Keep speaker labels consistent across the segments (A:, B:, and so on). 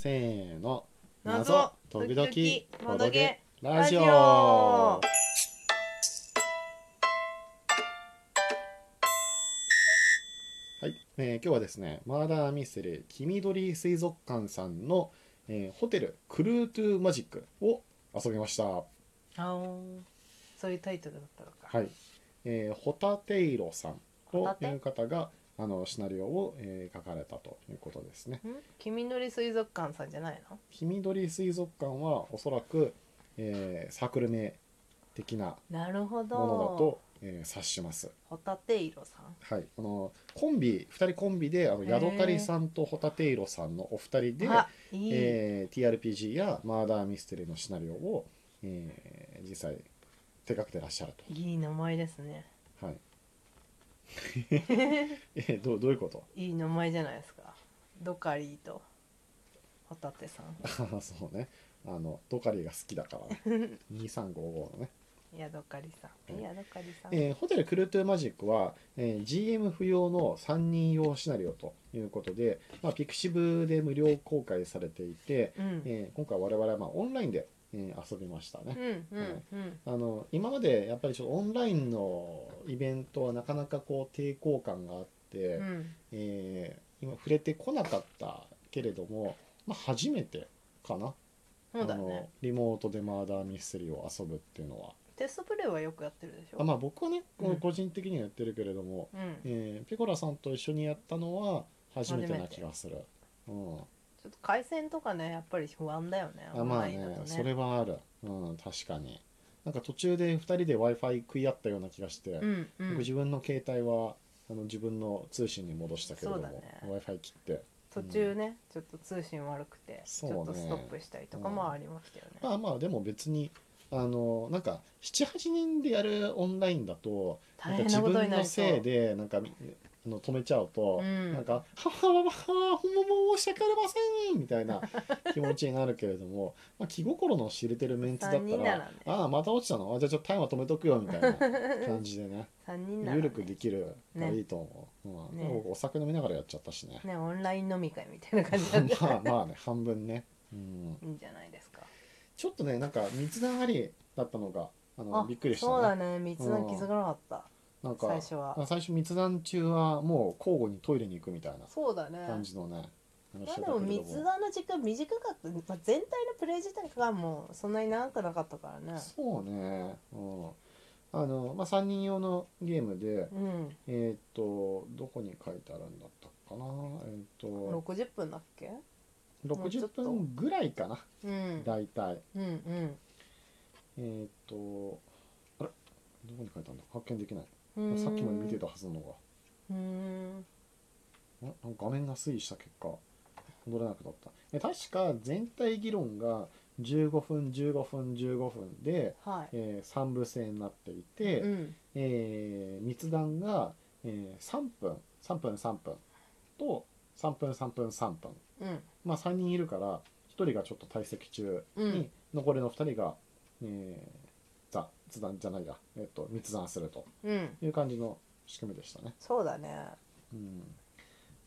A: せーの
B: 謎
A: 時々
B: もどげ
A: ラジオ
B: ラジ
A: は
B: オ
A: い、えー今日はですねマーダーミステリー黄緑水族館さんの、えーホテルクルートゥーマジックを遊びましたは
B: あおそういうタイトルだったのか、
A: い、えーホタテイロさん
B: ホタ
A: と
B: テ
A: いう方があのシナリオを、えー書かれたということですね
B: ん君のり水族館さんじゃないの
A: 黄緑水族館はおそらく、えーサークル名的な
B: なるほど
A: ものだと、えー察します。
B: ホタテイロさん
A: はい、あのコンビ2人コンビであの
B: へー
A: ヤドカリさんとホタテイロさんのお二人で、
B: あいい、
A: えー TRPG やマーダーミステリーのシナリオを、えー実際手掛けてらっしゃる
B: いい名前ですね
A: と、 はいえーどうどういうこと
B: いい名前じゃないですかドカリーとホタテさん
A: あーそうねあのドカリが好きだからね2355のね
B: いやドカリさんいやドカリさん、
A: えーホテルクルートゥーマジックは、えー GM 不要の3人用シナリオということで、まあ、ピクシブで無料公開されていて、
B: うん、
A: えー今回我々はまあオンラインで、えー遊びましたね。
B: うんうんうん
A: あの今までやっぱりちょっとオンラインのイベントはなかなかこう抵抗感があって、
B: うん
A: えー今触れてこなかったけれども、まあ、初めてかな、
B: そう
A: あ
B: だ
A: の
B: ね
A: リモートでマーダーミステリーを遊ぶっていうのは
B: テストプレイはよくやってるでしょ
A: あ、まあ、僕はねこう
B: うん
A: 個人的にはやってるけれども、
B: うんちょ
A: えーピコラさんと一緒にやったのは初めてな気がする。うん、
B: っと回線とかねやっぱり不安だよね
A: あまあね
B: オンラインだと
A: それはある、うん、確かになんか途中で2人で w i f i 食い合ったような気がして、
B: うんう
A: 僕
B: ん
A: 自分の携帯はあの自分の通信に戻したけれども、
B: そうだね
A: w i f i 切って
B: 途中ね、ちょっと通信悪くて、ち
A: そうね
B: ょっとストップしたりとかもありましたよね、
A: まあまあでも別にあのなんか78人でやるオンラインだと
B: 大
A: んか
B: 変
A: 自
B: なこと
A: 分
B: にな
A: の
B: りそう
A: せいでなんかあの止めちゃうと、
B: うん
A: なんか「はははははほんま申し訳ありません」みたいな気持ちになるけれども、 まあ、気心の知れてるメンツだった
B: 三人な
A: ら
B: らね
A: 「ああまた落ちたのあじゃあちょっとタイマー止めとくよ」みたいな感じでね
B: 3人なら、ね、
A: 緩くできるのがいいと思う、うん
B: ね
A: でも僕お酒飲みながらやっちゃったしね
B: ねオンライン飲み会みたいな感じだっ た
A: まあまあね半分ね、うん、
B: いいんじゃないですか
A: ちょっとねなんか密談ありだったのがあのびっくりした
B: そう
A: ね
B: だね三つの気づかなかった、
A: なんか
B: 最初は
A: あ最初密談中はもう交互にトイレに行くみたいな
B: そうだね
A: 感じのね話
B: ま
A: して
B: あで
A: たけれ
B: も
A: ども
B: 密談の時間短かった、まあ、全体のプレイ自体がもうそんなに長くなかったからね
A: そうね、うんあのまあ、3人用のゲームで、
B: うん
A: えーっとどこに書いてあるんだったかな、えーっと
B: 60分だっけもうちょ
A: 60
B: っと
A: 分ぐらいかな
B: うん
A: 大体
B: うんうん
A: えーっとあれどこに書いてあるんだ発見できないう
B: ーん
A: さっきまで見てたはずのが
B: うーん
A: あなんか画面が推移した結果戻れなくなったえ確か全体議論が15分15分15分で、
B: はい、
A: えー、3部制になっていて、
B: うん
A: えー密談が、えー3分3分3分と3分3分3分
B: うん
A: まあ3人いるから1人がちょっと退席中に、
B: うん
A: 残りの2人が、えー、ざ雑談じゃないや、えっと密談すると
B: うん
A: いう感じの仕組みでしたね、
B: そうだね
A: うん、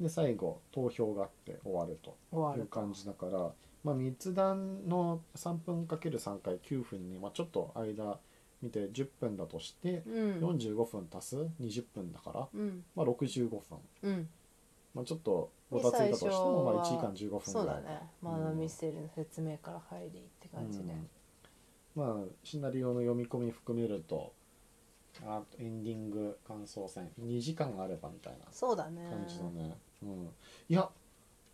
A: で最後投票があって終わると
B: 終
A: い
B: わ
A: う
B: るか
A: 感じだから、まあ、密談の3分 ×3 回9分に、まあ、ちょっと間見て10分だとして、
B: うん
A: 45分足す20分だから、
B: うん
A: まあ、65分、
B: うん
A: まあ、ちょっとごたついたとして
B: 最初は
A: も、まあ、1時間15分
B: そう
A: ぐら
B: だ
A: い、
B: ねまだミステリーの説明から入りって感じで、
A: うんまあシナリオの読み込み含めるとあエンディング感想戦2時間あればみたいな
B: そうだね
A: 感じのね、うん、いや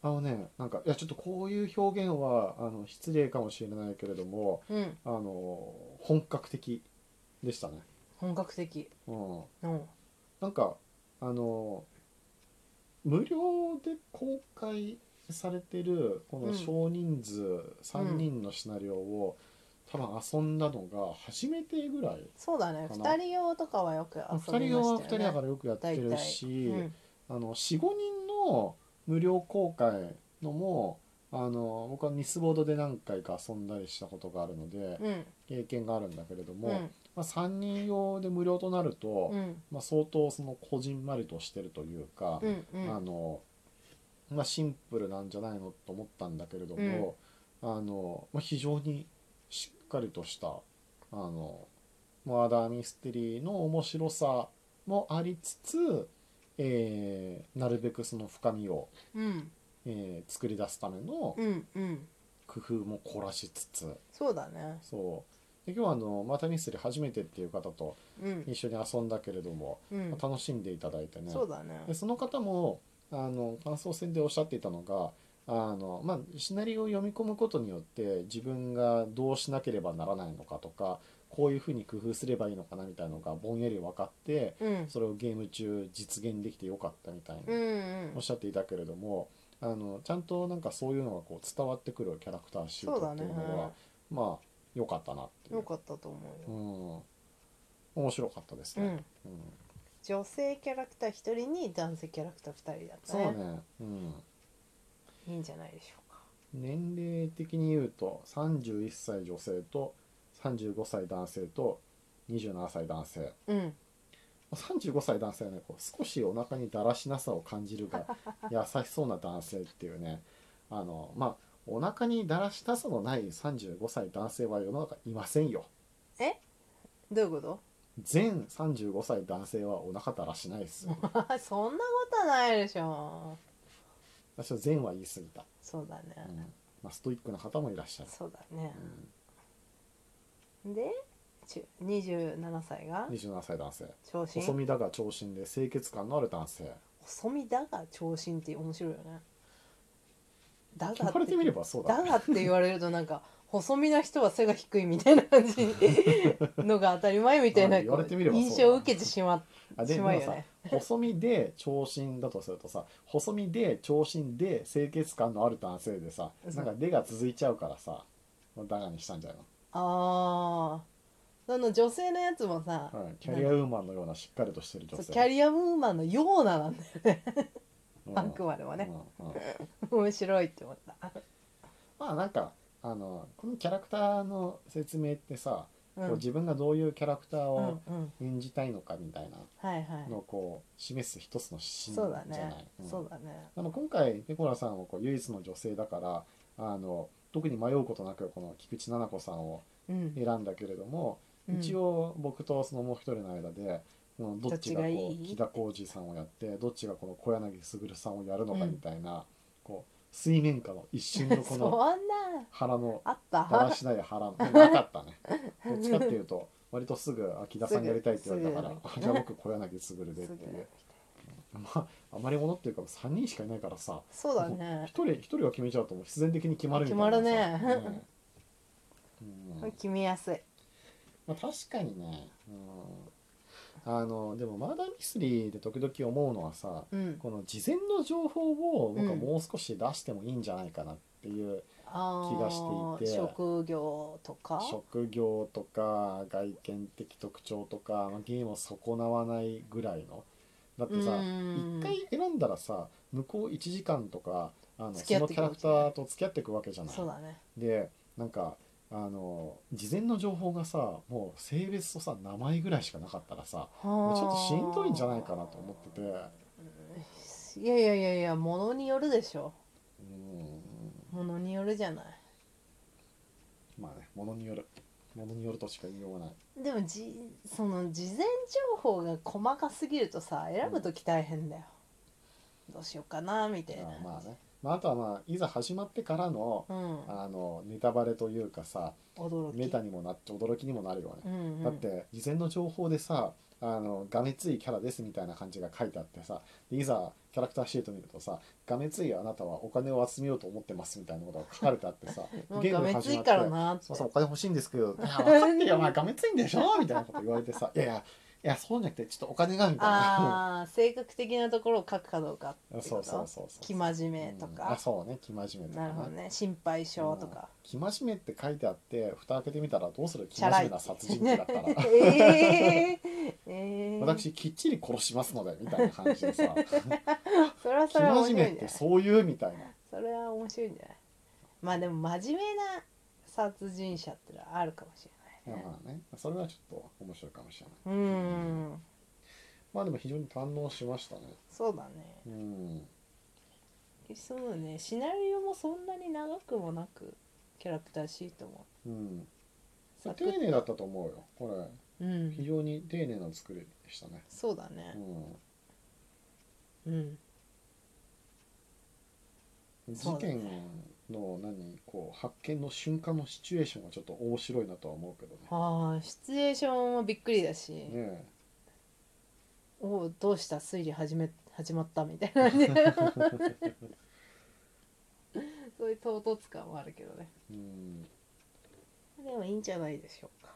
A: あのねなんかいやちょっとこういう表現はあの失礼かもしれないけれども
B: うん
A: あの本格的でしたね、
B: 本格的
A: うん、
B: うん
A: なんかあの無料で公開されてるこ
B: う
A: の
B: ん
A: 少人数3人のシナリオを、多分遊んだのが初めてぐらい、
B: そうだね
A: かな
B: 二人用とかはよく遊びました
A: 2
B: よ
A: 人
B: ね
A: 用は2人だからよくやって
B: 大体
A: るし、
B: うん
A: あの45人の無料公開のもあの僕はミスボードで何回か遊んだりしたことがあるので
B: うん
A: 経験があるんだけれども、
B: うん
A: まあ、3人用で無料となると、
B: うん
A: まあ、相当そのこじんまりとしてるというか、
B: うんうん
A: あのまあ、シンプルなんじゃないのと思ったんだけれども、あのまあ、非常にしっかりとしたあのマーダーミステリーの面白さもありつつ、えーなるべくその深みを、
B: うん
A: えー作り出すための
B: うんうん
A: 工夫も凝らしつつ、
B: そうだね
A: そうで今日はあのマーダーミステリー初めてっていう方と
B: うん
A: 一緒に遊んだけれども、
B: うん
A: まあ楽しんでいただいてね。
B: そうだね
A: でその方もあの感想戦でおっしゃっていたのがあの、まあ、シナリオを読み込むことによって自分がどうしなければならないのかとかこういうふうに工夫すればいいのかなみたいなのがぼんやり分かって
B: うん
A: それをゲーム中実現できてよかったみたい
B: う
A: に
B: んうん
A: おっしゃっていたけれどもあのちゃんとなんかそういうのがこう伝わってくるキャラクターシュ
B: そ
A: ー
B: う
A: ト
B: だ
A: って
B: ね
A: いうのはまあ良かったなってい
B: よ
A: う、
B: かったと思う
A: う
B: よ
A: ん、面白かったです
B: う
A: ね。
B: ん
A: うん
B: 女性キャラクター一人に男性キャラクター二人だった
A: そう
B: ね
A: ね、うん
B: いいんじゃないでしょうか
A: 年齢的に言うと31歳女性と35歳男性と27歳男性
B: うん
A: 35歳男性はねこう少しお腹にだらしなさを感じる が優しそうな男性っていうねあのまあお腹にだらしなさのない35歳男性は世の中いませんよ
B: どういうこ
A: 全35歳男性はお腹だらしないです よ
B: とそんなことはないでしょ
A: 私は全は言い過ぎた、
B: そうだね、
A: うんまあ、ストイックな方もいらっしゃる、
B: そうだね
A: う、ん
B: でちゅ27歳が、
A: 27歳男性
B: 長身
A: 細身だが長身で清潔感のある男性
B: 細身だが長身って面白いよねだがって
A: 言われてみればそうだ
B: だ
A: ね
B: がって言われるとなんか細身な人は背が低いみたいな 感じのが当たり前みたい
A: ま
B: な
A: あ言われてみればそうだ
B: 印象を受けてしまっ
A: あで
B: し
A: で
B: ま
A: も
B: うよ
A: さ
B: ね
A: 細身で長身だとするとさ細身で長身で清潔感のある男性でさ
B: そう
A: なんか出が続いちゃうからさだがにしたんじゃない
B: ああその女性のやつもさ、
A: の、うん、キャリアウーマンのようなしっかりとしてる女
B: そう
A: 性
B: キャリアウーマンのようななんだよ
A: うん
B: あくまでもね、
A: うんうん
B: 面白いって思った、
A: まあなんかあのこのキャラクターの説明ってさ、
B: うん、
A: こう自分がどういうキャラクター
B: うん
A: を
B: うん
A: 演じたいのかみたいな
B: はいはい
A: のをこう示す一つのシーンじ
B: そ
A: ゃ
B: う
A: な
B: だ
A: い、
B: ね、
A: うん
B: そうだね
A: あの今回ペコラさんはこう唯一の女性だからあの特に迷うことなくこの菊池菜々子さんを
B: うん
A: 選んだけれども、
B: うん
A: 一応僕とそのもう一人の間でこのどっちがこ
B: どっちが
A: う
B: いい
A: 木田浩二さんをやってどっちがこの小柳卓さんをやるのか
B: うん
A: みたいな、こう水面下の一瞬のこ
B: そん
A: の
B: な
A: 腹の
B: あった
A: だらしない腹のなかった ねどっちかっていうと割とすぐあ木田さんやりたいって言われたから
B: すぐ
A: じゃあ僕小柳卓でってい
B: すぐ
A: うまああまりものっていうか3人しかいないからさ
B: そうだね
A: 一人一人が決めちゃうともう必然的に決まるみたいな
B: 決まるね
A: さねうん
B: 決めやすい
A: まあ、確かにね、うん、あのでもマーダーミステリーで時々思うのはさ
B: うん
A: この事前の情報を僕は
B: うん
A: もう少し出してもいいんじゃないかなっていう、
B: あ
A: 気がしていて
B: ー職業とか
A: 職業とか外見的特徴とか、まあ、ゲームを損なわないぐらいのだってさ
B: うん
A: 一回選んだらさ向こう1時間とかあの
B: 付
A: そ
B: き合
A: の
B: って
A: キ
B: く
A: ャ
B: わ
A: ラクター
B: けじゃない
A: と付き合っていくわけじゃない
B: そうだね
A: でなんかあの事前の情報がさもう性別とさ名前ぐらいしかなかったらさ
B: ち
A: も
B: ょ
A: うちょっとしんどいんじゃないかなと思ってて
B: ていやいやいやいやものによるでしょ
A: うん
B: ものによるじゃない
A: まあねものによるものによるとしか言いようがない
B: でもじその事前情報が細かすぎるとさ選ぶ時大変だよ、どうしようかなみたいな
A: まあまあね、まあ、あとはまあいざ始まってからの
B: うん
A: あのネタバレというかさ
B: 驚き
A: メタにもなって驚きにもなるよ
B: う
A: ね、
B: んうん、
A: だって事前の情報でさあのがめついキャラですみたいな感じが書いてあってさでいざキャラクターシート見るとさがめついあなたはお金を集めようと思ってますみたいなことが書かれてあってさ
B: もうがめついからなって
A: そうそうお金欲しいんですけど「いや分かってるよまあがめついんでしょ」みたいなこと言われてさ「いやいやいやそうじゃなくてちょっとお金が」みたいな
B: ああ性格的なところを書くかどうかってこと
A: そうそうそうそう
B: 生真面目と
A: うんあ
B: か、
A: そうね生真面目と
B: なるほ
A: か
B: どね心配性とか、
A: 生真面目って書いてあって蓋開けてみたらどうする
B: チ
A: 生
B: ャ
A: 真面
B: ラい
A: 目な殺人鬼だっ たら
B: えー、えー、
A: 私きっちり殺しますのでみたいな感じでさ
B: それはそ
A: 生
B: れは
A: 真
B: 面
A: 面
B: 白
A: 目っ
B: いんじゃな
A: て
B: い
A: そういうみたいな
B: それは面白いんじゃないまあでも真面目な殺人者ってのはあるかもしれないね
A: まあねそれはちょっと面白いかもしれない
B: うん
A: まあでも非常に堪能しましたね
B: そうだね
A: うん
B: そうねシナリオもそんなに長くもなくキャラクターシートも
A: うん、
B: サ
A: 丁
B: クッ
A: 寧だったと思うよこれ
B: う
A: 非
B: ん
A: 常に丁寧な作りでしたね
B: そうだ
A: う
B: ね
A: ん
B: うん
A: 事件の何こう発見の瞬間のシチュエーションがちょっと面白いなとは思うけどね
B: あーシチュエーションもびっくりだし、
A: ね
B: おうどうした推理始め始まったみたいなねそういう唐突感はあるけどね
A: えうん
B: でもいいんじゃないでしょうか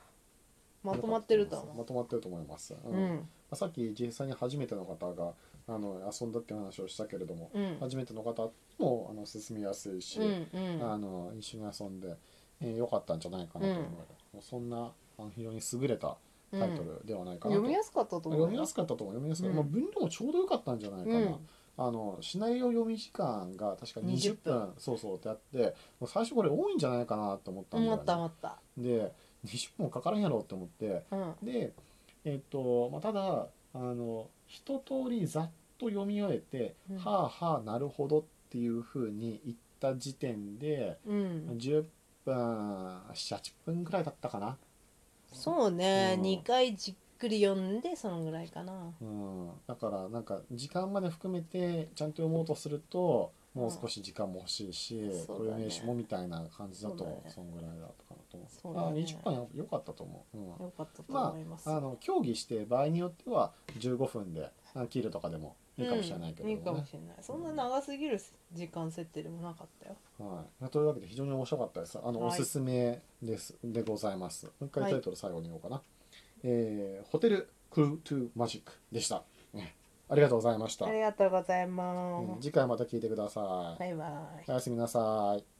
B: まとまってるとは
A: ま
B: 思
A: とまってると思います、
B: う
A: う
B: うん
A: ま
B: ん
A: あさっき実際に初めての方があの遊んだっていう話をしたけれども、
B: うん
A: 初めての方もあの進みやすいし、
B: うんうん
A: あの一緒に遊んで、えー、よかったんじゃないかなと思う、そんなあの非常に優れたタイトルではないか
B: うん
A: なと、
B: 読みやすかったと思うよ
A: 読みやすかったと思う読みやすかった、
B: うん
A: まあ、分量もちょうどよかったんじゃないかな、
B: うん
A: あのシナリオ読み時間が確か20
B: 20
A: 分
B: 分
A: そうそうってあってもう最初これ多いんじゃないかなと思ったんだ
B: 思った
A: よ、
B: 思
A: ね、
B: った
A: で20分もかからんやろって思って
B: うん
A: でえっと、まあ、ただあの一通りざっと読み終えて、
B: うん
A: はあはあなるほどっていうふうに言った時点で
B: うん
A: 10分8分ぐらいだったかな、
B: そうね
A: うん
B: 2回じっくり読んでそのぐらいかな
A: うん、だからなんか時間まで含めてちゃんと読もうとするともう少し時間も欲しいし、
B: んそう
A: こ
B: だね
A: ういう名詞もみたいな感じだと
B: そ
A: そう
B: だね
A: んぐらいだったかなと思う
B: そうだね
A: あ20分は良かったと思う、うん
B: よかったと思います
A: あの競技して場合によっては15分であ切るとかでもいいかもしれないけれ
B: うんいい
A: ど
B: か
A: も
B: も
A: ね
B: し、れないそんな長すぎる時間設定でもなかったよ
A: はい、というわけで非常に面白かったですあの、
B: はい
A: おすすめですでございますもう一
B: は
A: 回
B: い
A: タイトル最後に言おうかな、えーホテルクルートゥマジック」でした、ねありがとうございました
B: ありがとうございま
A: うん
B: す
A: 次回また聞いてください。
B: バイバイ
A: おやすみなさい。